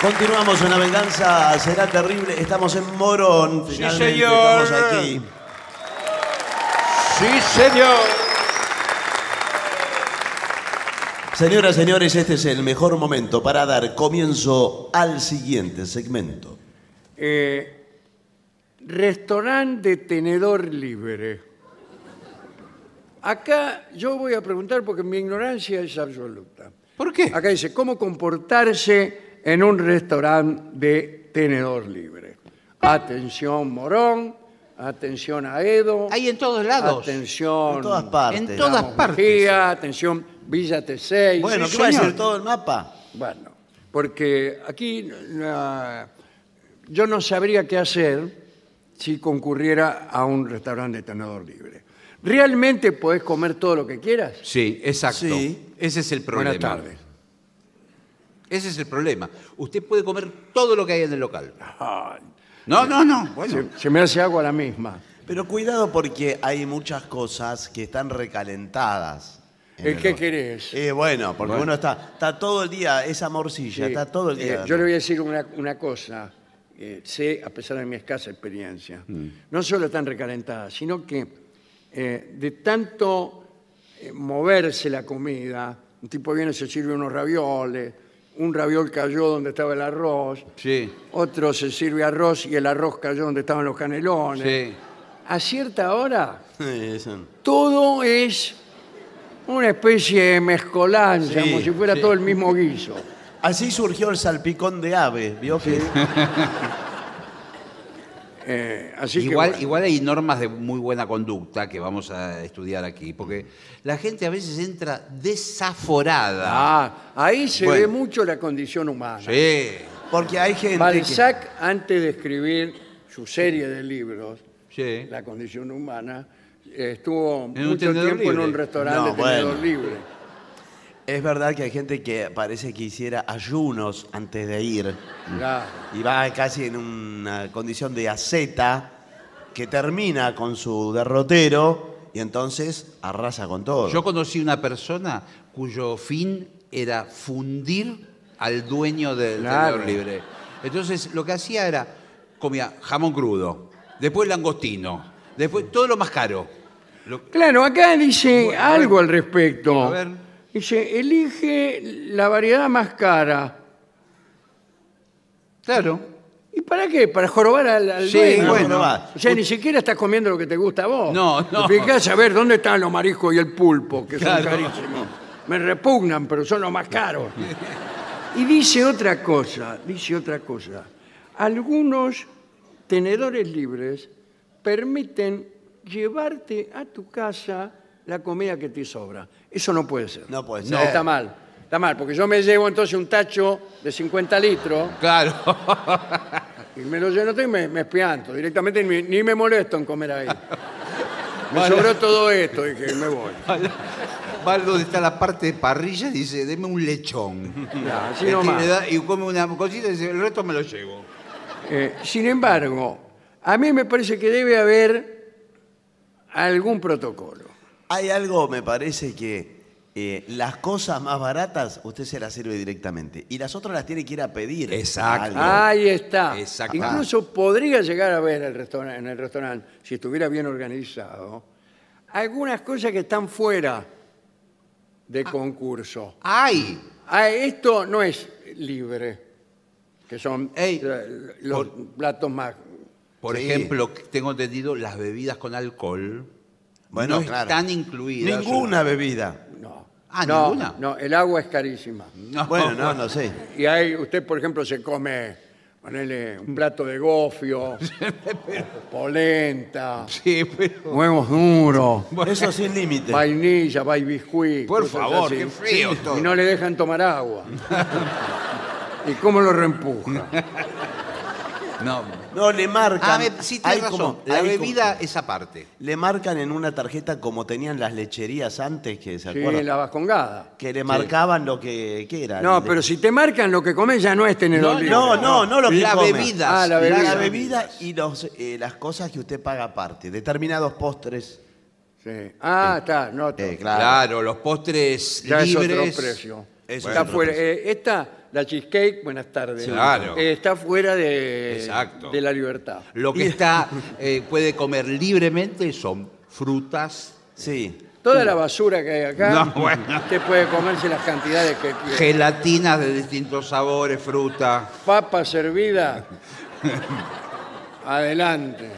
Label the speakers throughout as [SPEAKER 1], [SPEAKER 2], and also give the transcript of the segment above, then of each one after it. [SPEAKER 1] Continuamos en La Venganza Será Terrible. Estamos en Morón. Finalmente
[SPEAKER 2] señor.
[SPEAKER 1] estamos aquí.
[SPEAKER 2] Sí, señor.
[SPEAKER 1] Señoras, señores, este es el mejor momento para dar comienzo al siguiente segmento.
[SPEAKER 2] Eh, restaurante de tenedor libre. Acá yo voy a preguntar porque mi ignorancia es absoluta.
[SPEAKER 3] ¿Por qué?
[SPEAKER 2] Acá dice, ¿cómo comportarse en un restaurante de tenedor libre? Atención Morón, atención a Edo,
[SPEAKER 3] Hay en todos lados.
[SPEAKER 2] atención
[SPEAKER 1] En todas partes.
[SPEAKER 3] en todas
[SPEAKER 1] digamos.
[SPEAKER 3] partes.
[SPEAKER 2] Mejía, atención Villa T6.
[SPEAKER 1] Bueno,
[SPEAKER 3] Sí,
[SPEAKER 1] ¿qué va a
[SPEAKER 3] señor.
[SPEAKER 1] decir todo el mapa?
[SPEAKER 2] Bueno, porque aquí eh, yo no sabría qué hacer si concurriera a un restaurante de tenedor libre. ¿Realmente podés comer todo lo que quieras?
[SPEAKER 3] Sí, exacto.
[SPEAKER 1] Sí.
[SPEAKER 3] Ese es el problema.
[SPEAKER 2] Buenas tardes.
[SPEAKER 3] Ese es el problema. Usted puede comer todo lo que hay en el local.
[SPEAKER 2] Ay,
[SPEAKER 3] No, no, no. Bueno.
[SPEAKER 2] se, se me hace agua la misma.
[SPEAKER 1] Pero cuidado porque hay muchas cosas que están recalentadas. en
[SPEAKER 2] Eh,
[SPEAKER 1] el
[SPEAKER 2] ¿Qué
[SPEAKER 1] horno.
[SPEAKER 2] querés?
[SPEAKER 1] Eh, bueno, porque
[SPEAKER 3] Bueno.
[SPEAKER 1] uno está, está todo el día, esa morcilla,
[SPEAKER 2] Sí,
[SPEAKER 1] está todo el
[SPEAKER 2] eh,
[SPEAKER 1] día.
[SPEAKER 2] yo le voy a decir una, una cosa. eh, sé, a pesar de mi escasa experiencia,
[SPEAKER 1] Mm.
[SPEAKER 2] no solo tan recalentada, sino que eh, de tanto eh, moverse la comida, un tipo viene y se sirve unos ravioles, un raviol cayó donde estaba el arroz,
[SPEAKER 3] Sí.
[SPEAKER 2] otro se sirve arroz y el arroz cayó donde estaban los canelones.
[SPEAKER 3] Sí.
[SPEAKER 2] A cierta hora
[SPEAKER 1] Eh, son-
[SPEAKER 2] todo es una especie de mezcolanza,
[SPEAKER 1] Sí,
[SPEAKER 2] como si fuera
[SPEAKER 3] sí.
[SPEAKER 2] todo el mismo guiso.
[SPEAKER 1] Así surgió el salpicón de ave, ¿vio? que-
[SPEAKER 2] Eh, así que,
[SPEAKER 3] Igual,
[SPEAKER 2] bueno.
[SPEAKER 3] igual hay normas de muy buena conducta que vamos a estudiar aquí, porque la gente a veces entra desaforada.
[SPEAKER 2] Ah, ahí se
[SPEAKER 1] Bueno.
[SPEAKER 2] ve mucho la condición humana.
[SPEAKER 3] Sí,
[SPEAKER 1] Porque hay gente que...
[SPEAKER 2] Balzac, antes de escribir su serie de libros,
[SPEAKER 3] sí.
[SPEAKER 2] La condición humana, eh, estuvo
[SPEAKER 3] En un
[SPEAKER 2] mucho
[SPEAKER 3] tenedor
[SPEAKER 2] tiempo en
[SPEAKER 3] libre.
[SPEAKER 2] un restaurante
[SPEAKER 1] No,
[SPEAKER 2] de tenedor
[SPEAKER 1] bueno.
[SPEAKER 2] libre.
[SPEAKER 1] Es verdad que hay gente que parece que hiciera ayunos antes de ir.
[SPEAKER 3] Mm.
[SPEAKER 2] Ya.
[SPEAKER 1] Y va casi en una condición de aceta que termina con su derrotero y entonces arrasa con todo.
[SPEAKER 3] Yo conocí una persona cuyo fin era fundir al dueño del
[SPEAKER 2] Claro.
[SPEAKER 3] tenedor libre. Entonces lo que hacía era comía jamón crudo, después langostino, después todo lo más caro. Lo-
[SPEAKER 2] Claro, acá dice algo al respecto.
[SPEAKER 3] A ver.
[SPEAKER 2] Dice, elige la variedad más cara.
[SPEAKER 3] claro.
[SPEAKER 2] ¿Y para qué? Para jorobar al, al
[SPEAKER 3] Sí,
[SPEAKER 2] dueño.
[SPEAKER 3] bueno.
[SPEAKER 1] No va.
[SPEAKER 2] O sea, ni siquiera estás comiendo lo que te gusta a vos.
[SPEAKER 3] No, no.
[SPEAKER 2] Te fijás a ver dónde están los mariscos y el pulpo, que
[SPEAKER 3] Claro.
[SPEAKER 2] son carísimos. Me repugnan, pero son los más caros. Y dice otra cosa, dice otra cosa. Algunos tenedores libres permiten llevarte a tu casa la comida que te sobra. Eso no puede ser.
[SPEAKER 1] No puede
[SPEAKER 2] No,
[SPEAKER 1] ser.
[SPEAKER 2] está mal. Está mal, porque yo me llevo entonces un tacho de 50 litros
[SPEAKER 3] Claro.
[SPEAKER 2] y me lo lleno todo y me, me espianto directamente, ni, ni me molesto en comer ahí. Me sobró todo esto, dije, me voy.
[SPEAKER 3] Va al donde está la parte de parrilla y dice, deme un lechón.
[SPEAKER 2] Ya, así
[SPEAKER 3] Este,
[SPEAKER 2] nomás.
[SPEAKER 3] le da- y come una cosita y dice, el resto me lo llevo.
[SPEAKER 2] Eh, sin embargo, a mí me parece que debe haber algún protocolo.
[SPEAKER 1] Hay algo, me parece, que eh, las cosas más baratas usted se las sirve directamente y las otras las tiene que ir a pedir.
[SPEAKER 3] Exacto.
[SPEAKER 1] a alguien.
[SPEAKER 2] Ahí está.
[SPEAKER 3] Exacto.
[SPEAKER 2] Incluso podría llegar a ver el restaurante, en el restaurante, si estuviera bien organizado, algunas cosas que están fuera de concurso.
[SPEAKER 3] ¡Ay!
[SPEAKER 2] Ah, esto no es libre, que son
[SPEAKER 3] Ey,
[SPEAKER 2] eh, los platos más...
[SPEAKER 3] Por
[SPEAKER 1] Sí.
[SPEAKER 3] ejemplo, tengo entendido las bebidas con alcohol
[SPEAKER 1] Bueno,
[SPEAKER 3] no
[SPEAKER 1] claro.
[SPEAKER 3] están incluidas.
[SPEAKER 1] Ninguna bebida.
[SPEAKER 2] No.
[SPEAKER 3] Ah,
[SPEAKER 2] no,
[SPEAKER 3] ninguna.
[SPEAKER 2] No, el agua es carísima.
[SPEAKER 3] No.
[SPEAKER 1] Bueno, no, no sé.
[SPEAKER 2] Y ahí usted, por ejemplo, se come, ponele un plato de gofio, polenta,
[SPEAKER 3] Sí, pero-
[SPEAKER 2] huevos duros,
[SPEAKER 1] Eso sin límite.
[SPEAKER 2] vainilla, by biscuit.
[SPEAKER 3] Por
[SPEAKER 2] cosas
[SPEAKER 3] favor,
[SPEAKER 2] así.
[SPEAKER 3] qué frío todo.
[SPEAKER 2] Y no le dejan tomar agua. ¿Y cómo lo reempuja?
[SPEAKER 3] No.
[SPEAKER 1] No, le
[SPEAKER 3] Ah,
[SPEAKER 1] marcan.
[SPEAKER 3] me- sí,
[SPEAKER 1] hay
[SPEAKER 3] tienes razón.
[SPEAKER 1] como-
[SPEAKER 3] la
[SPEAKER 1] hay
[SPEAKER 3] bebida
[SPEAKER 1] como-
[SPEAKER 3] es aparte.
[SPEAKER 1] le marcan en una tarjeta como tenían las lecherías antes, que se
[SPEAKER 2] Sí,
[SPEAKER 1] acuerdan.
[SPEAKER 2] la vascongada.
[SPEAKER 1] Que le marcaban lo que, que era.
[SPEAKER 2] No,
[SPEAKER 1] Le-
[SPEAKER 2] pero si te marcan lo que comes ya no es tenedor libre.
[SPEAKER 1] No, no, no lo que
[SPEAKER 3] La
[SPEAKER 1] come.
[SPEAKER 3] bebida.
[SPEAKER 2] Ah, la bebida.
[SPEAKER 1] La bebida y los, eh, las cosas que usted paga aparte. Determinados postres.
[SPEAKER 2] Sí. Ah, está, no, está.
[SPEAKER 1] Eh, claro.
[SPEAKER 3] Claro, los postres
[SPEAKER 2] ya es
[SPEAKER 3] libres.
[SPEAKER 2] otro precio.
[SPEAKER 1] Eso
[SPEAKER 2] Está
[SPEAKER 1] es
[SPEAKER 2] fuera-
[SPEAKER 1] otra cosa.
[SPEAKER 2] eh, esta, la cheesecake, buenas tardes.
[SPEAKER 3] Sí, claro.
[SPEAKER 2] Eh, está fuera de,
[SPEAKER 3] Exacto.
[SPEAKER 2] de la libertad.
[SPEAKER 3] Lo que está, eh, puede comer libremente son frutas,
[SPEAKER 1] Sí.
[SPEAKER 2] Toda la basura que hay acá,
[SPEAKER 3] No, bueno.
[SPEAKER 2] usted puede comerse las cantidades que quiera.
[SPEAKER 3] gelatinas de distintos sabores, fruta.
[SPEAKER 2] Papa servida. Adelante.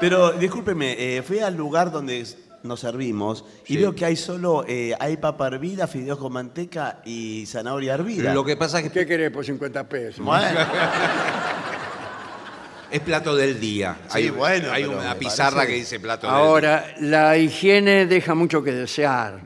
[SPEAKER 1] Pero discúlpeme, eh, fui al lugar donde s- nos servimos y
[SPEAKER 3] Sí.
[SPEAKER 1] veo que hay solo eh, hay papa hervida, fideos con manteca y zanahoria hervida.
[SPEAKER 3] Lo que pasa es que
[SPEAKER 2] ¿Qué querés por 50 pesos?
[SPEAKER 1] Bueno,
[SPEAKER 3] es plato del día.
[SPEAKER 1] Sí,
[SPEAKER 3] hay
[SPEAKER 1] bueno,
[SPEAKER 3] hay
[SPEAKER 1] pero
[SPEAKER 3] una
[SPEAKER 1] me
[SPEAKER 3] pizarra
[SPEAKER 1] parece-
[SPEAKER 3] que dice plato del día.
[SPEAKER 2] Ahora, la higiene deja mucho que desear.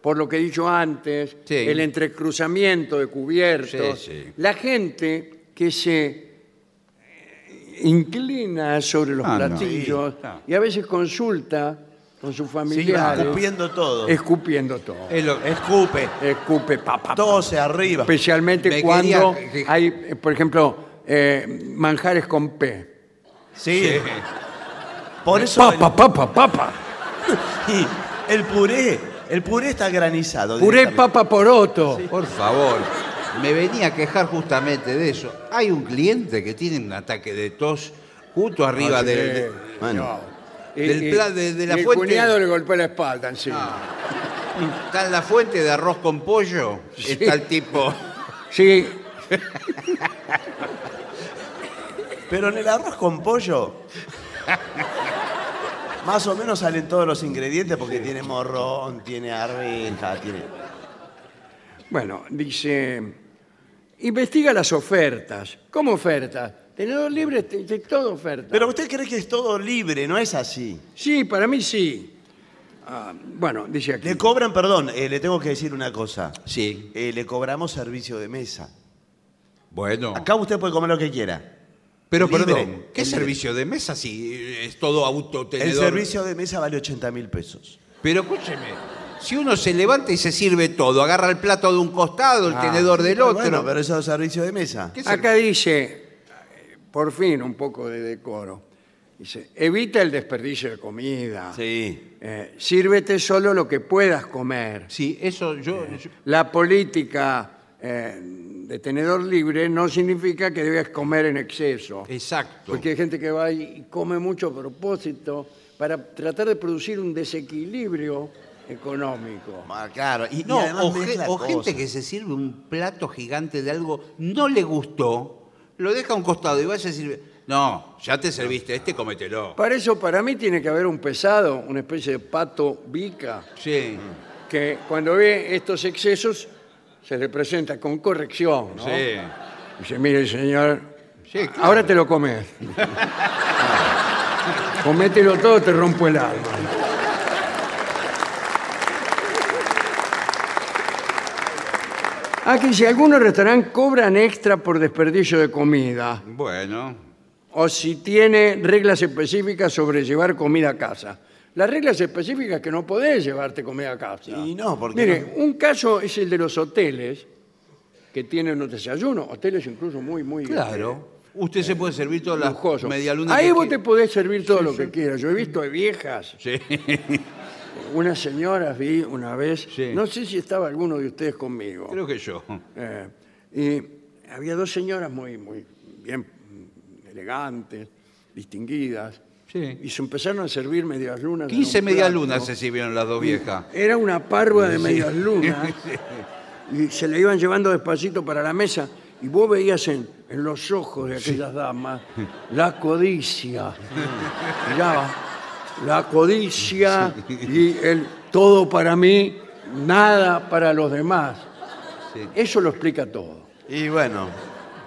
[SPEAKER 2] Por lo que he dicho antes,
[SPEAKER 3] Sí.
[SPEAKER 2] el entrecruzamiento de cubiertos,
[SPEAKER 3] Sí, sí.
[SPEAKER 2] la gente que se eh, inclina sobre los
[SPEAKER 3] Ah, no.
[SPEAKER 2] platillos
[SPEAKER 3] Sí, claro.
[SPEAKER 2] y a veces consulta con sus
[SPEAKER 1] sigue
[SPEAKER 2] familiares,
[SPEAKER 1] escupiendo todo.
[SPEAKER 2] escupiendo todo.
[SPEAKER 3] Es lo-
[SPEAKER 1] Escupe,
[SPEAKER 2] Escupe papá.
[SPEAKER 1] tose arriba.
[SPEAKER 2] Especialmente
[SPEAKER 3] Me
[SPEAKER 2] cuando
[SPEAKER 3] quería que-
[SPEAKER 2] hay, eh, por ejemplo, eh, manjares con P.
[SPEAKER 1] Sí.
[SPEAKER 3] Sí.
[SPEAKER 1] Por eso el,
[SPEAKER 2] Papa, papa, papa.
[SPEAKER 1] sí, el puré, el puré está granizado.
[SPEAKER 2] Puré,
[SPEAKER 1] directamente.
[SPEAKER 2] papa, poroto.
[SPEAKER 3] Por favor, me venía a quejar justamente de eso. Hay un cliente que tiene un ataque de tos justo arriba
[SPEAKER 1] Ah,
[SPEAKER 2] Sí,
[SPEAKER 3] del... de-
[SPEAKER 1] bueno.
[SPEAKER 2] eh, Y-
[SPEAKER 3] Del
[SPEAKER 2] y-
[SPEAKER 3] pla- de- de la
[SPEAKER 2] y el
[SPEAKER 3] fuente.
[SPEAKER 2] cuñado le golpeó la espalda encima.
[SPEAKER 3] está en la fuente de arroz con pollo. Está el tipo...
[SPEAKER 2] Sí,
[SPEAKER 1] Pero en el arroz con pollo. Más o menos salen todos los ingredientes porque tiene morrón, tiene arveja, tiene.
[SPEAKER 2] bueno, dice, investiga las ofertas. ¿Cómo ofertas? Tenedor libre, te- te- todo oferta.
[SPEAKER 1] Pero usted cree que es todo libre, no es así.
[SPEAKER 2] Sí, para mí sí. Ah, bueno, dice aquí.
[SPEAKER 1] Le cobran, perdón, eh, le tengo que decir una cosa.
[SPEAKER 3] Sí.
[SPEAKER 1] Eh, le cobramos servicio de mesa.
[SPEAKER 3] Bueno.
[SPEAKER 1] Acá usted puede comer lo que quiera.
[SPEAKER 3] Pero
[SPEAKER 1] Libre.
[SPEAKER 3] perdón, ¿qué
[SPEAKER 1] Es libre.
[SPEAKER 3] servicio de mesa si es todo autotenedor?
[SPEAKER 1] El servicio de mesa vale 80 mil pesos.
[SPEAKER 3] Pero escúcheme, si uno se levanta y se sirve todo, agarra el plato de un costado, el
[SPEAKER 2] Ah,
[SPEAKER 3] tenedor del otro.
[SPEAKER 1] Bueno, pero eso es servicio de mesa.
[SPEAKER 3] ¿Qué
[SPEAKER 2] Acá dice, eh, por fin, un poco de decoro. Dice, evita el desperdicio de comida.
[SPEAKER 1] Sí.
[SPEAKER 2] Eh, sírvete solo lo que puedas comer.
[SPEAKER 3] Sí, eso yo, yo-
[SPEAKER 2] La política eh, de tenedor libre no significa que debas comer en exceso.
[SPEAKER 3] Exacto.
[SPEAKER 2] Porque hay gente que va y come mucho a propósito para tratar de producir un desequilibrio económico.
[SPEAKER 1] Ah, claro. Y, y
[SPEAKER 3] No,
[SPEAKER 1] además
[SPEAKER 3] o,
[SPEAKER 1] mezcla
[SPEAKER 3] ge- o
[SPEAKER 1] cosas.
[SPEAKER 3] gente que se sirve un plato gigante de algo, no le gustó, lo deja a un costado y va y se sirve. No, ya te serviste, este cometelo.
[SPEAKER 2] Para eso, para mí, tiene que haber un pesado, una especie de pato bica,
[SPEAKER 3] Sí,
[SPEAKER 2] que cuando ve estos excesos se le presenta con corrección. ¿no?
[SPEAKER 3] sí.
[SPEAKER 2] Dice, mire, señor,
[SPEAKER 3] Sí, claro.
[SPEAKER 2] ahora te lo comes. Comételo todo, te rompo el alma. Aquí si Ah, algunos restaurantes cobran extra por desperdicio de comida
[SPEAKER 3] Bueno,
[SPEAKER 2] o si tiene reglas específicas sobre llevar comida a casa. Las reglas específicas es que no podés llevarte comida a casa.
[SPEAKER 1] Y no, porque
[SPEAKER 2] Mire, un caso es el de los hoteles que tienen un desayuno, hoteles incluso muy, muy
[SPEAKER 3] claro. Este, Usted se puede servir todas
[SPEAKER 2] eh,
[SPEAKER 3] las
[SPEAKER 2] lujosos.
[SPEAKER 3] medialunas
[SPEAKER 2] Ahí
[SPEAKER 3] que
[SPEAKER 2] vos te
[SPEAKER 3] quiera.
[SPEAKER 2] podés servir todo lo que quieras. Yo he visto de viejas,
[SPEAKER 3] Sí,
[SPEAKER 2] unas señoras vi una vez,
[SPEAKER 3] Sí.
[SPEAKER 2] no sé si estaba alguno de ustedes conmigo.
[SPEAKER 3] creo que yo.
[SPEAKER 2] Eh, y había dos señoras muy, muy bien mm, elegantes, distinguidas,
[SPEAKER 3] Sí.
[SPEAKER 2] y se empezaron a servir medias lunas. en un
[SPEAKER 3] 15 medialunas
[SPEAKER 2] plato.
[SPEAKER 3] se sirvieron las dos viejas.
[SPEAKER 2] Era una parva de medias lunas, y se la iban llevando despacito para la mesa, y vos veías en, en los ojos de aquellas damas la codicia. Miraba, la codicia y el todo para mí, nada para los demás.
[SPEAKER 3] Sí.
[SPEAKER 2] Eso lo explica todo.
[SPEAKER 1] Y bueno,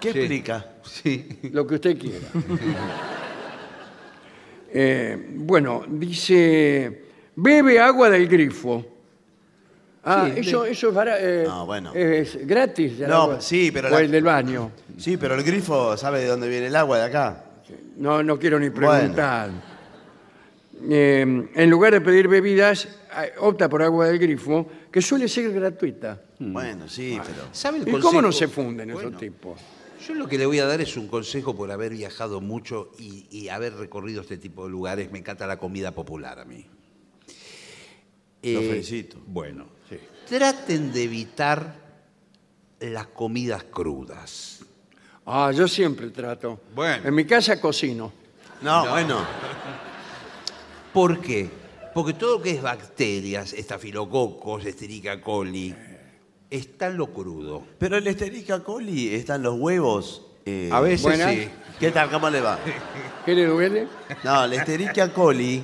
[SPEAKER 1] ¿qué
[SPEAKER 3] Sí.
[SPEAKER 1] explica?
[SPEAKER 3] Sí.
[SPEAKER 2] lo que usted quiera. Eh, bueno, dice, bebe agua del grifo. Ah,
[SPEAKER 3] Sí,
[SPEAKER 2] eso, eso es, bara- eh,
[SPEAKER 1] No, Ah, bueno.
[SPEAKER 2] es gratis. el
[SPEAKER 1] No,
[SPEAKER 2] agua.
[SPEAKER 1] sí, pero
[SPEAKER 2] O
[SPEAKER 1] la-
[SPEAKER 2] el del baño.
[SPEAKER 1] Sí, pero el grifo sabe de dónde viene el agua de acá.
[SPEAKER 2] No, no quiero ni
[SPEAKER 1] Bueno.
[SPEAKER 2] preguntar. Eh, en lugar de pedir bebidas, eh, opta por agua del grifo, que suele ser gratuita.
[SPEAKER 3] Mm.
[SPEAKER 1] Bueno, sí, pero.
[SPEAKER 3] ¿Sabe el
[SPEAKER 2] ¿Y
[SPEAKER 3] consejo?
[SPEAKER 2] cómo no se funden
[SPEAKER 3] Bueno,
[SPEAKER 2] esos tipos?
[SPEAKER 3] Yo lo que le voy a dar es un consejo por haber viajado mucho y, y haber recorrido este tipo de lugares. Me encanta la comida popular a mí.
[SPEAKER 1] Lo
[SPEAKER 3] Eh,
[SPEAKER 1] felicito.
[SPEAKER 3] Bueno,
[SPEAKER 2] Sí.
[SPEAKER 3] traten de evitar las comidas crudas.
[SPEAKER 2] Ah, yo siempre trato.
[SPEAKER 3] Bueno.
[SPEAKER 2] En mi casa cocino.
[SPEAKER 1] No, bueno.
[SPEAKER 3] ¿Por qué? Porque todo lo que es bacterias, estafilococos, esterica coli, está lo crudo.
[SPEAKER 1] Pero el esterica coli están los huevos. eh,
[SPEAKER 3] A veces
[SPEAKER 2] buenas.
[SPEAKER 3] sí.
[SPEAKER 1] ¿Qué tal? ¿Cómo le va?
[SPEAKER 2] ¿Qué le duele?
[SPEAKER 1] No, el esterica coli,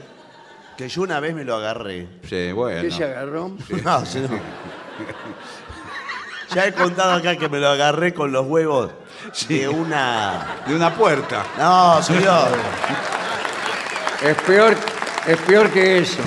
[SPEAKER 1] que yo una vez me lo agarré.
[SPEAKER 3] Sí, bueno.
[SPEAKER 2] ¿Qué se agarró?
[SPEAKER 1] No, si no. Ya he contado acá que me lo agarré con los huevos de una.
[SPEAKER 3] De una puerta.
[SPEAKER 1] No, señor.
[SPEAKER 2] Es peor, es peor que eso.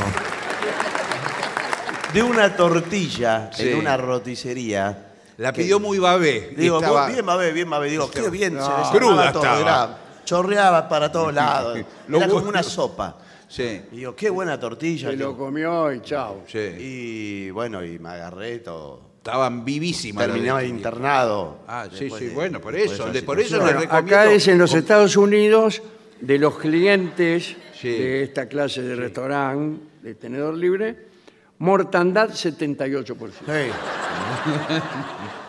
[SPEAKER 1] De una tortilla
[SPEAKER 3] Sí.
[SPEAKER 1] en una roticería.
[SPEAKER 3] La
[SPEAKER 1] que-
[SPEAKER 3] pidió muy babé. y
[SPEAKER 1] Digo,
[SPEAKER 3] estaba-
[SPEAKER 1] bien Mabé, bien Mabé. Digo, qué bien, se
[SPEAKER 3] No.
[SPEAKER 1] desarmaba
[SPEAKER 3] Cruda
[SPEAKER 1] todo,
[SPEAKER 3] estaba.
[SPEAKER 1] era- chorreaba para todos lados.
[SPEAKER 3] Lo
[SPEAKER 1] era como
[SPEAKER 3] bueno.
[SPEAKER 1] una sopa.
[SPEAKER 3] Sí,
[SPEAKER 1] Y digo, qué buena tortilla.
[SPEAKER 2] Se
[SPEAKER 1] digo.
[SPEAKER 2] lo comió y chao.
[SPEAKER 3] sí.
[SPEAKER 1] Y bueno, y me agarré todo.
[SPEAKER 3] Estaban vivísimas. las
[SPEAKER 1] Terminaba
[SPEAKER 3] de-
[SPEAKER 1] internado.
[SPEAKER 3] Ah, sí,
[SPEAKER 1] Después
[SPEAKER 3] sí,
[SPEAKER 1] de-
[SPEAKER 3] bueno, por
[SPEAKER 1] después
[SPEAKER 3] eso,
[SPEAKER 1] de esa
[SPEAKER 3] de- por eso
[SPEAKER 1] situación.
[SPEAKER 3] le
[SPEAKER 2] Bueno,
[SPEAKER 3] recomiendo-
[SPEAKER 2] acá es en los Estados Unidos de los clientes
[SPEAKER 3] Sí.
[SPEAKER 2] de esta clase de restaurante de tenedor libre, mortandad 78%.
[SPEAKER 1] Sí.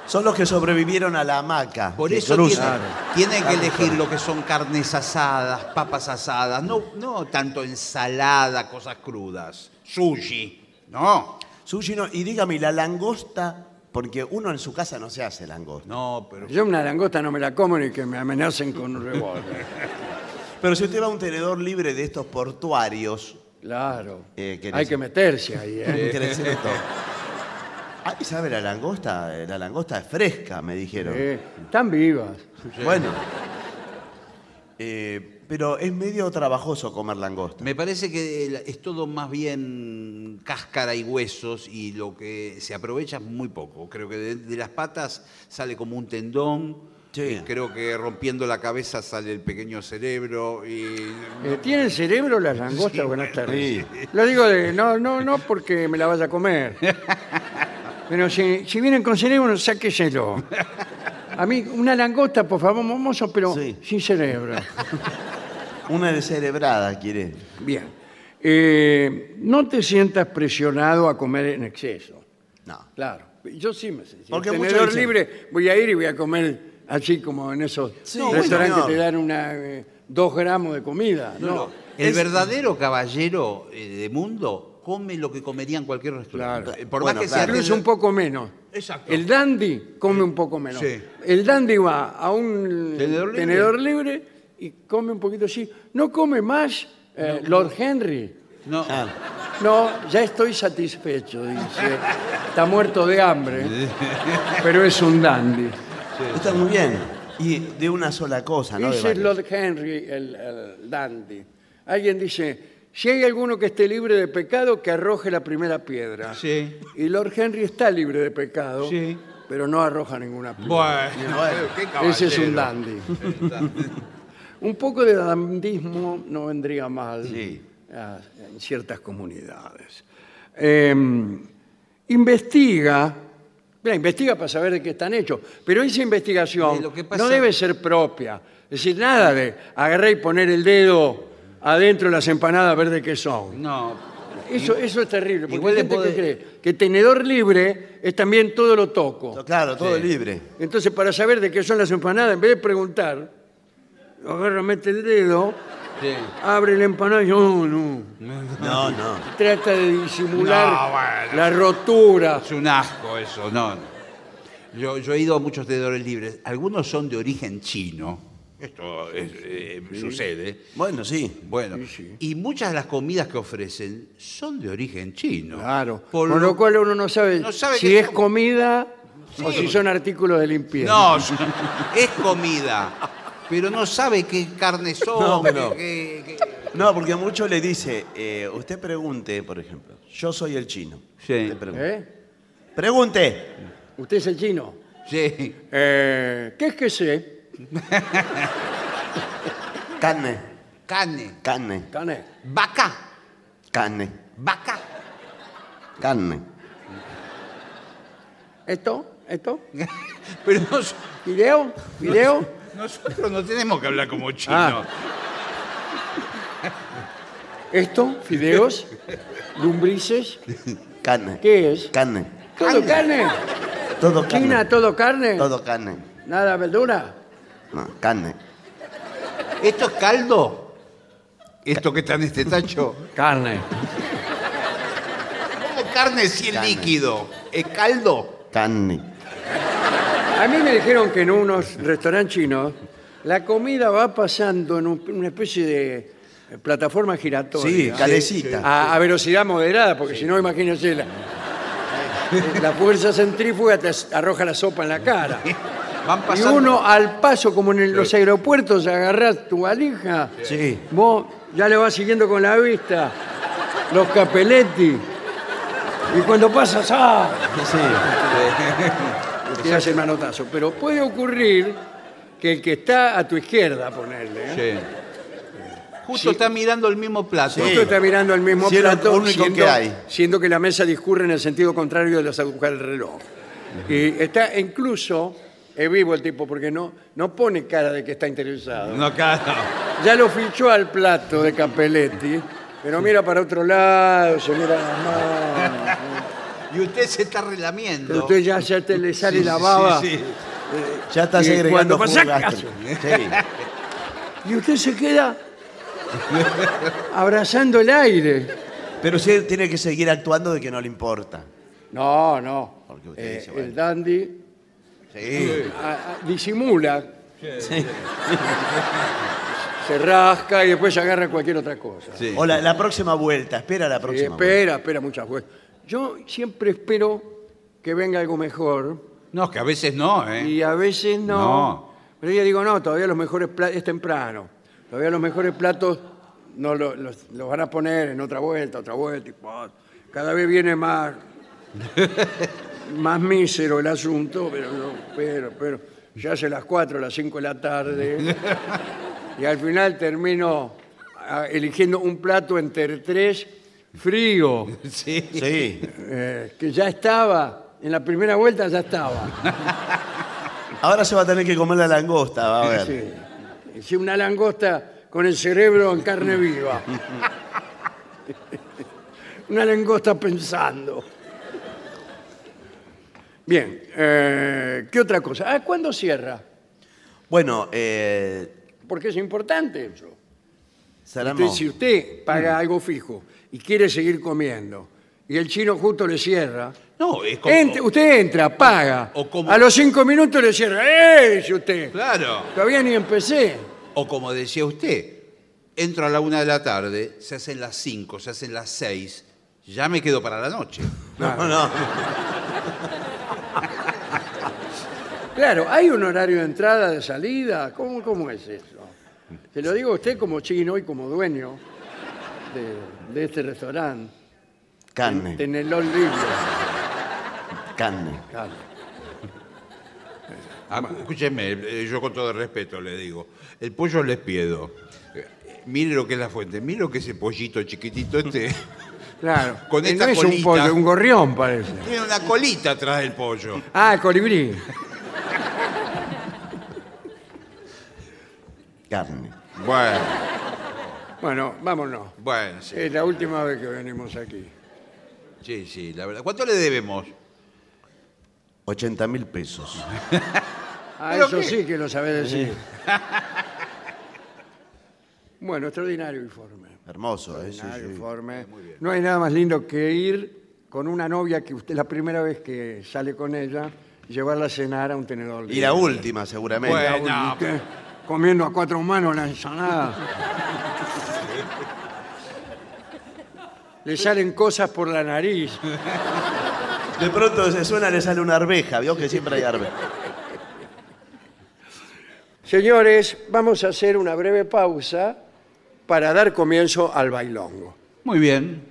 [SPEAKER 1] Son los que sobrevivieron a la hamaca.
[SPEAKER 3] Por
[SPEAKER 1] que
[SPEAKER 3] eso
[SPEAKER 1] cruzan.
[SPEAKER 3] tienen, tienen que elegir lo que son carnes asadas, papas asadas, no, no tanto ensalada, cosas crudas, sushi, no.
[SPEAKER 1] Sushi no, y dígame, ¿y la langosta, porque uno en su casa no se hace langosta.
[SPEAKER 3] No, pero
[SPEAKER 2] Yo una langosta no me la como ni que me amenacen con un
[SPEAKER 3] Eh,
[SPEAKER 2] revólver.
[SPEAKER 1] Pero si usted va a un tenedor libre de estos portuarios,
[SPEAKER 2] Claro.
[SPEAKER 1] Eh, ¿qué
[SPEAKER 2] Hay
[SPEAKER 1] les-
[SPEAKER 2] que meterse ahí, ¿eh?
[SPEAKER 1] ¿qué le sirve todo? Ah, ¿y sabe la langosta? Eh, La langosta es fresca, me dijeron.
[SPEAKER 2] Eh, están vivas.
[SPEAKER 1] Bueno. Eh, pero es medio trabajoso comer langosta.
[SPEAKER 3] me parece que el- es todo más bien cáscara y huesos y lo que se aprovecha es muy poco. Creo que de, de las patas sale como un tendón,
[SPEAKER 1] Sí.
[SPEAKER 3] y creo que rompiendo la cabeza sale el pequeño cerebro y...
[SPEAKER 2] Eh, ¿Tienen cerebro las langostas? Buenas tardes.
[SPEAKER 1] Sí.
[SPEAKER 2] Lo digo de no, no, no porque me la vaya a comer. Pero si, si vienen con cerebro, sáqueselo. A mí, una langosta, por favor, mozo, pero
[SPEAKER 1] Sí.
[SPEAKER 2] sin cerebro.
[SPEAKER 1] Una descerebrada, quiere.
[SPEAKER 2] Bien. Eh, no te sientas presionado a comer en exceso.
[SPEAKER 1] No.
[SPEAKER 2] Claro. Yo sí me siento.
[SPEAKER 1] Porque
[SPEAKER 2] en
[SPEAKER 1] muchos
[SPEAKER 2] tenedor
[SPEAKER 1] dicen-
[SPEAKER 2] libre voy a ir y voy a comer así como en esos
[SPEAKER 1] Sí,
[SPEAKER 2] restaurantes
[SPEAKER 1] bueno,
[SPEAKER 2] que te
[SPEAKER 1] señor.
[SPEAKER 2] dan una, eh, dos gramos de comida. No,
[SPEAKER 3] El
[SPEAKER 1] Es-
[SPEAKER 3] verdadero caballero eh, de mundo come lo que comería en cualquier restaurante.
[SPEAKER 2] Claro.
[SPEAKER 3] Eh, Por
[SPEAKER 1] Bueno,
[SPEAKER 3] más que
[SPEAKER 1] claro.
[SPEAKER 3] sea
[SPEAKER 2] Incluso un poco menos.
[SPEAKER 3] Exacto.
[SPEAKER 2] El dandy come un poco menos.
[SPEAKER 3] Sí.
[SPEAKER 2] El dandy va a un
[SPEAKER 3] Tenedor
[SPEAKER 2] tenedor
[SPEAKER 3] libre.
[SPEAKER 2] libre, y come un poquito así. No come más eh, Lord Henry.
[SPEAKER 3] No,
[SPEAKER 1] Ah,
[SPEAKER 2] No, ya estoy satisfecho, dice. Está muerto de hambre, pero es un dandy.
[SPEAKER 1] está muy bien. Y de una sola cosa, ¿no? De
[SPEAKER 2] Dice
[SPEAKER 1] varias.
[SPEAKER 2] Lord Henry, el, el dandy. Alguien dice, si hay alguno que esté libre de pecado, que arroje la primera piedra.
[SPEAKER 3] Sí.
[SPEAKER 2] Y Lord Henry está libre de pecado,
[SPEAKER 3] Sí.
[SPEAKER 2] pero no arroja ninguna piedra.
[SPEAKER 3] Bueno, qué caballero.
[SPEAKER 2] Ese es un dandy. un poco de dandismo no vendría mal
[SPEAKER 1] Sí.
[SPEAKER 2] a- en ciertas comunidades. Eh, investiga, mira, investiga para saber de qué están hechos, pero esa investigación
[SPEAKER 3] Eh, lo que pasa-
[SPEAKER 2] no debe ser propia. Es decir, nada de agarrar y poner el dedo adentro de las empanadas a ver de qué son.
[SPEAKER 3] No.
[SPEAKER 2] Eso, eso es terrible, porque
[SPEAKER 3] Igual
[SPEAKER 2] hay
[SPEAKER 3] le
[SPEAKER 2] gente
[SPEAKER 3] puede-
[SPEAKER 2] que cree que tenedor libre es también todo lo toco.
[SPEAKER 1] Claro, todo libre.
[SPEAKER 2] Entonces, para saber de qué son las empanadas, en vez de preguntar, agarra, mete el dedo,
[SPEAKER 3] Sí.
[SPEAKER 2] abre la empanada y "Oh, no.
[SPEAKER 1] No, no.
[SPEAKER 2] Trata de disimular
[SPEAKER 3] No, bueno.
[SPEAKER 2] la rotura.
[SPEAKER 3] Es un asco eso, no. Yo, yo he ido a muchos tenedores libres. Algunos son de origen chino. Esto es- eh, sucede.
[SPEAKER 1] Bueno, sí.
[SPEAKER 3] Bueno,
[SPEAKER 2] Sí, sí.
[SPEAKER 3] y muchas de las comidas que ofrecen son de origen chino.
[SPEAKER 2] Claro.
[SPEAKER 3] Por
[SPEAKER 2] Con lo,
[SPEAKER 3] lo-
[SPEAKER 2] cual uno no sabe,
[SPEAKER 3] No sabe
[SPEAKER 2] si
[SPEAKER 3] qué
[SPEAKER 2] es
[SPEAKER 3] son.
[SPEAKER 2] comida o
[SPEAKER 3] Sí.
[SPEAKER 2] si son artículos de limpieza.
[SPEAKER 3] No, es comida. Pero no sabe qué carne son.
[SPEAKER 1] No, pero-
[SPEAKER 3] qué- qué-
[SPEAKER 1] No, porque mucho le dice, eh, usted pregunte, por ejemplo, yo soy el chino.
[SPEAKER 3] Sí.
[SPEAKER 1] Le pregunto.
[SPEAKER 2] ¿Eh?
[SPEAKER 1] Pregunte.
[SPEAKER 2] ¿Usted es el chino?
[SPEAKER 3] Sí.
[SPEAKER 2] Eh, ¿Qué es que sé?
[SPEAKER 1] Carne,
[SPEAKER 3] Carne.
[SPEAKER 1] carne,
[SPEAKER 2] Cané.
[SPEAKER 3] Vaca.
[SPEAKER 1] carne,
[SPEAKER 3] Vaca.
[SPEAKER 1] carne.
[SPEAKER 2] ¿Esto? ¿Esto?
[SPEAKER 3] Pero nos-
[SPEAKER 2] ¿Video? ¿Video?
[SPEAKER 3] nosotros no tenemos que hablar como
[SPEAKER 2] Ah.
[SPEAKER 3] chinos.
[SPEAKER 2] ¿Esto? ¿Fideos? ¿Lumbrices?
[SPEAKER 1] Carne.
[SPEAKER 2] ¿Qué es?
[SPEAKER 1] Carne.
[SPEAKER 2] ¿Todo carne?
[SPEAKER 1] Todo carne.
[SPEAKER 2] ¿China todo carne?
[SPEAKER 1] Todo carne.
[SPEAKER 2] ¿Nada verdura?
[SPEAKER 1] No, carne.
[SPEAKER 3] ¿Esto es caldo? ¿Esto que está en este tacho?
[SPEAKER 2] Carne.
[SPEAKER 3] ¿Cómo carne si es
[SPEAKER 1] Carne.
[SPEAKER 3] líquido? ¿Es caldo?
[SPEAKER 1] Carne.
[SPEAKER 2] A mí me dijeron que en unos restaurantes chinos la comida va pasando en un- una especie de eh, plataforma
[SPEAKER 1] Sí,
[SPEAKER 2] giratoria.
[SPEAKER 1] calecita.
[SPEAKER 2] a, a velocidad moderada, porque si no, imagínense, la, la fuerza centrífuga te as- arroja la sopa en la cara.
[SPEAKER 3] Van
[SPEAKER 2] Y
[SPEAKER 3] pasando.
[SPEAKER 2] uno al paso, como en el- los aeropuertos, agarras tu valija,
[SPEAKER 1] Sí.
[SPEAKER 2] vos ya le vas siguiendo con la vista los capeletti. Y cuando pasas, ¡ah!
[SPEAKER 1] Sí.
[SPEAKER 2] Te das el manotazo. Pero puede ocurrir que el que está a tu izquierda, ponerle, ¿eh?
[SPEAKER 3] Sí. Justo está mirando el mismo plato.
[SPEAKER 2] Justo está mirando el mismo
[SPEAKER 1] Si es lo
[SPEAKER 2] plato,
[SPEAKER 1] único
[SPEAKER 2] siendo,
[SPEAKER 1] que hay.
[SPEAKER 2] siendo que la mesa discurre en el sentido contrario de las agujas del reloj. Y está incluso, es vivo el tipo, porque no, no pone cara de que está interesado.
[SPEAKER 3] No, claro.
[SPEAKER 2] Ya lo fichó al plato de Capelletti, pero mira para otro lado, se mira las manos.
[SPEAKER 3] Y usted se está
[SPEAKER 2] Pero
[SPEAKER 3] relamiendo.
[SPEAKER 2] usted ya, ya te le sale
[SPEAKER 3] Sí,
[SPEAKER 2] la
[SPEAKER 3] sí,
[SPEAKER 2] baba.
[SPEAKER 3] sí, sí.
[SPEAKER 1] Ya está
[SPEAKER 2] Y
[SPEAKER 1] segregando
[SPEAKER 2] cuando
[SPEAKER 1] jugo
[SPEAKER 2] pasa,
[SPEAKER 1] gástrico. Sí.
[SPEAKER 2] Y usted se queda abrazando el aire.
[SPEAKER 1] Pero sí tiene que seguir actuando de que no le importa.
[SPEAKER 2] No, no. Eh,
[SPEAKER 1] Porque usted dice,
[SPEAKER 2] El
[SPEAKER 1] bueno.
[SPEAKER 2] dandy
[SPEAKER 1] Sí.
[SPEAKER 2] a- a- Ah, disimula. Se rasca y después se agarra cualquier otra cosa.
[SPEAKER 3] Sí.
[SPEAKER 1] O la, la próxima vuelta, espera la
[SPEAKER 2] Y
[SPEAKER 1] próxima vuelta.
[SPEAKER 2] espera, espera muchas veces. Yo siempre espero que venga algo mejor.
[SPEAKER 3] No, es que a veces no, ¿eh?
[SPEAKER 2] Y a veces no.
[SPEAKER 3] No.
[SPEAKER 2] Pero yo digo, no, todavía los mejores platos, es temprano, todavía los mejores platos no lo- los, los van a poner en otra vuelta, otra vuelta, y pa, cada vez viene más, más mísero el asunto, pero, no, pero, pero, ya hace las 4, las 5 de la tarde, y al final termino ah, eligiendo un plato entre tres frío,
[SPEAKER 3] Sí.
[SPEAKER 1] Sí.
[SPEAKER 2] eh, que ya estaba, en la primera vuelta ya estaba.
[SPEAKER 1] Ahora se va a tener que comer la langosta, va a ver.
[SPEAKER 2] Sí. Sí, una langosta con el cerebro en carne viva. una langosta pensando. Bien, eh, ¿qué otra cosa? Ah, ¿cuándo cierra?
[SPEAKER 1] Bueno, eh,
[SPEAKER 2] Porque es importante eso.
[SPEAKER 1] cerramos.
[SPEAKER 2] Entonces, si usted paga
[SPEAKER 3] Mm.
[SPEAKER 2] algo fijo y quiere seguir comiendo y el chino justo le cierra,
[SPEAKER 3] No, es como.
[SPEAKER 2] ent- usted entra, paga.
[SPEAKER 3] O como-
[SPEAKER 2] A los cinco minutos le cierra. ¡Eh! Dice usted.
[SPEAKER 3] Claro.
[SPEAKER 2] Todavía ni empecé.
[SPEAKER 3] O como decía usted, entro a la una de la tarde, se hacen las cinco, se hacen las seis, ya me quedo para la noche.
[SPEAKER 1] No, no.
[SPEAKER 2] Claro, hay un horario de entrada, de salida. ¿Cómo, cómo es eso? Se lo digo a usted como chino y como dueño de, de este restaurante.
[SPEAKER 1] Carne,
[SPEAKER 2] En el Old Libre.
[SPEAKER 1] carne.
[SPEAKER 2] Claro.
[SPEAKER 3] Ah, escúcheme, eh, yo con todo el respeto le digo, el pollo les pido. Eh, Mire lo que es la fuente, mire lo que es ese pollito chiquitito este.
[SPEAKER 2] Claro.
[SPEAKER 3] Con
[SPEAKER 2] Y
[SPEAKER 3] esta
[SPEAKER 2] no es un
[SPEAKER 3] colita.
[SPEAKER 2] pollo, un gorrión parece.
[SPEAKER 3] Tiene una colita atrás del pollo.
[SPEAKER 2] Ah, el colibrí.
[SPEAKER 1] Carne.
[SPEAKER 3] Bueno,
[SPEAKER 2] Bueno, vámonos.
[SPEAKER 3] bueno, sí.
[SPEAKER 2] Es la última vez que venimos aquí.
[SPEAKER 3] Sí, sí, la verdad. ¿Cuánto le debemos?
[SPEAKER 1] 80 mil pesos.
[SPEAKER 2] Ah,
[SPEAKER 3] ¿Pero
[SPEAKER 2] eso
[SPEAKER 3] qué?
[SPEAKER 2] sí que lo sabe decir. Bueno, extraordinario informe.
[SPEAKER 1] Hermoso, ¿eh? Sí,
[SPEAKER 2] Extraordinario
[SPEAKER 1] sí.
[SPEAKER 2] informe. No hay nada más lindo que ir con una novia que usted la primera vez que sale con ella, llevarla a cenar a un tenedor.
[SPEAKER 1] Y
[SPEAKER 2] libre.
[SPEAKER 1] la última, eh, seguramente.
[SPEAKER 3] Bueno.
[SPEAKER 2] Y
[SPEAKER 3] No,
[SPEAKER 2] usted comiendo a cuatro manos la ensalada. Le salen cosas por la nariz.
[SPEAKER 1] De pronto se suena, le sale una arveja. Vio que siempre hay arveja.
[SPEAKER 2] Señores, vamos a hacer una breve pausa para dar comienzo al bailongo.
[SPEAKER 3] Muy bien.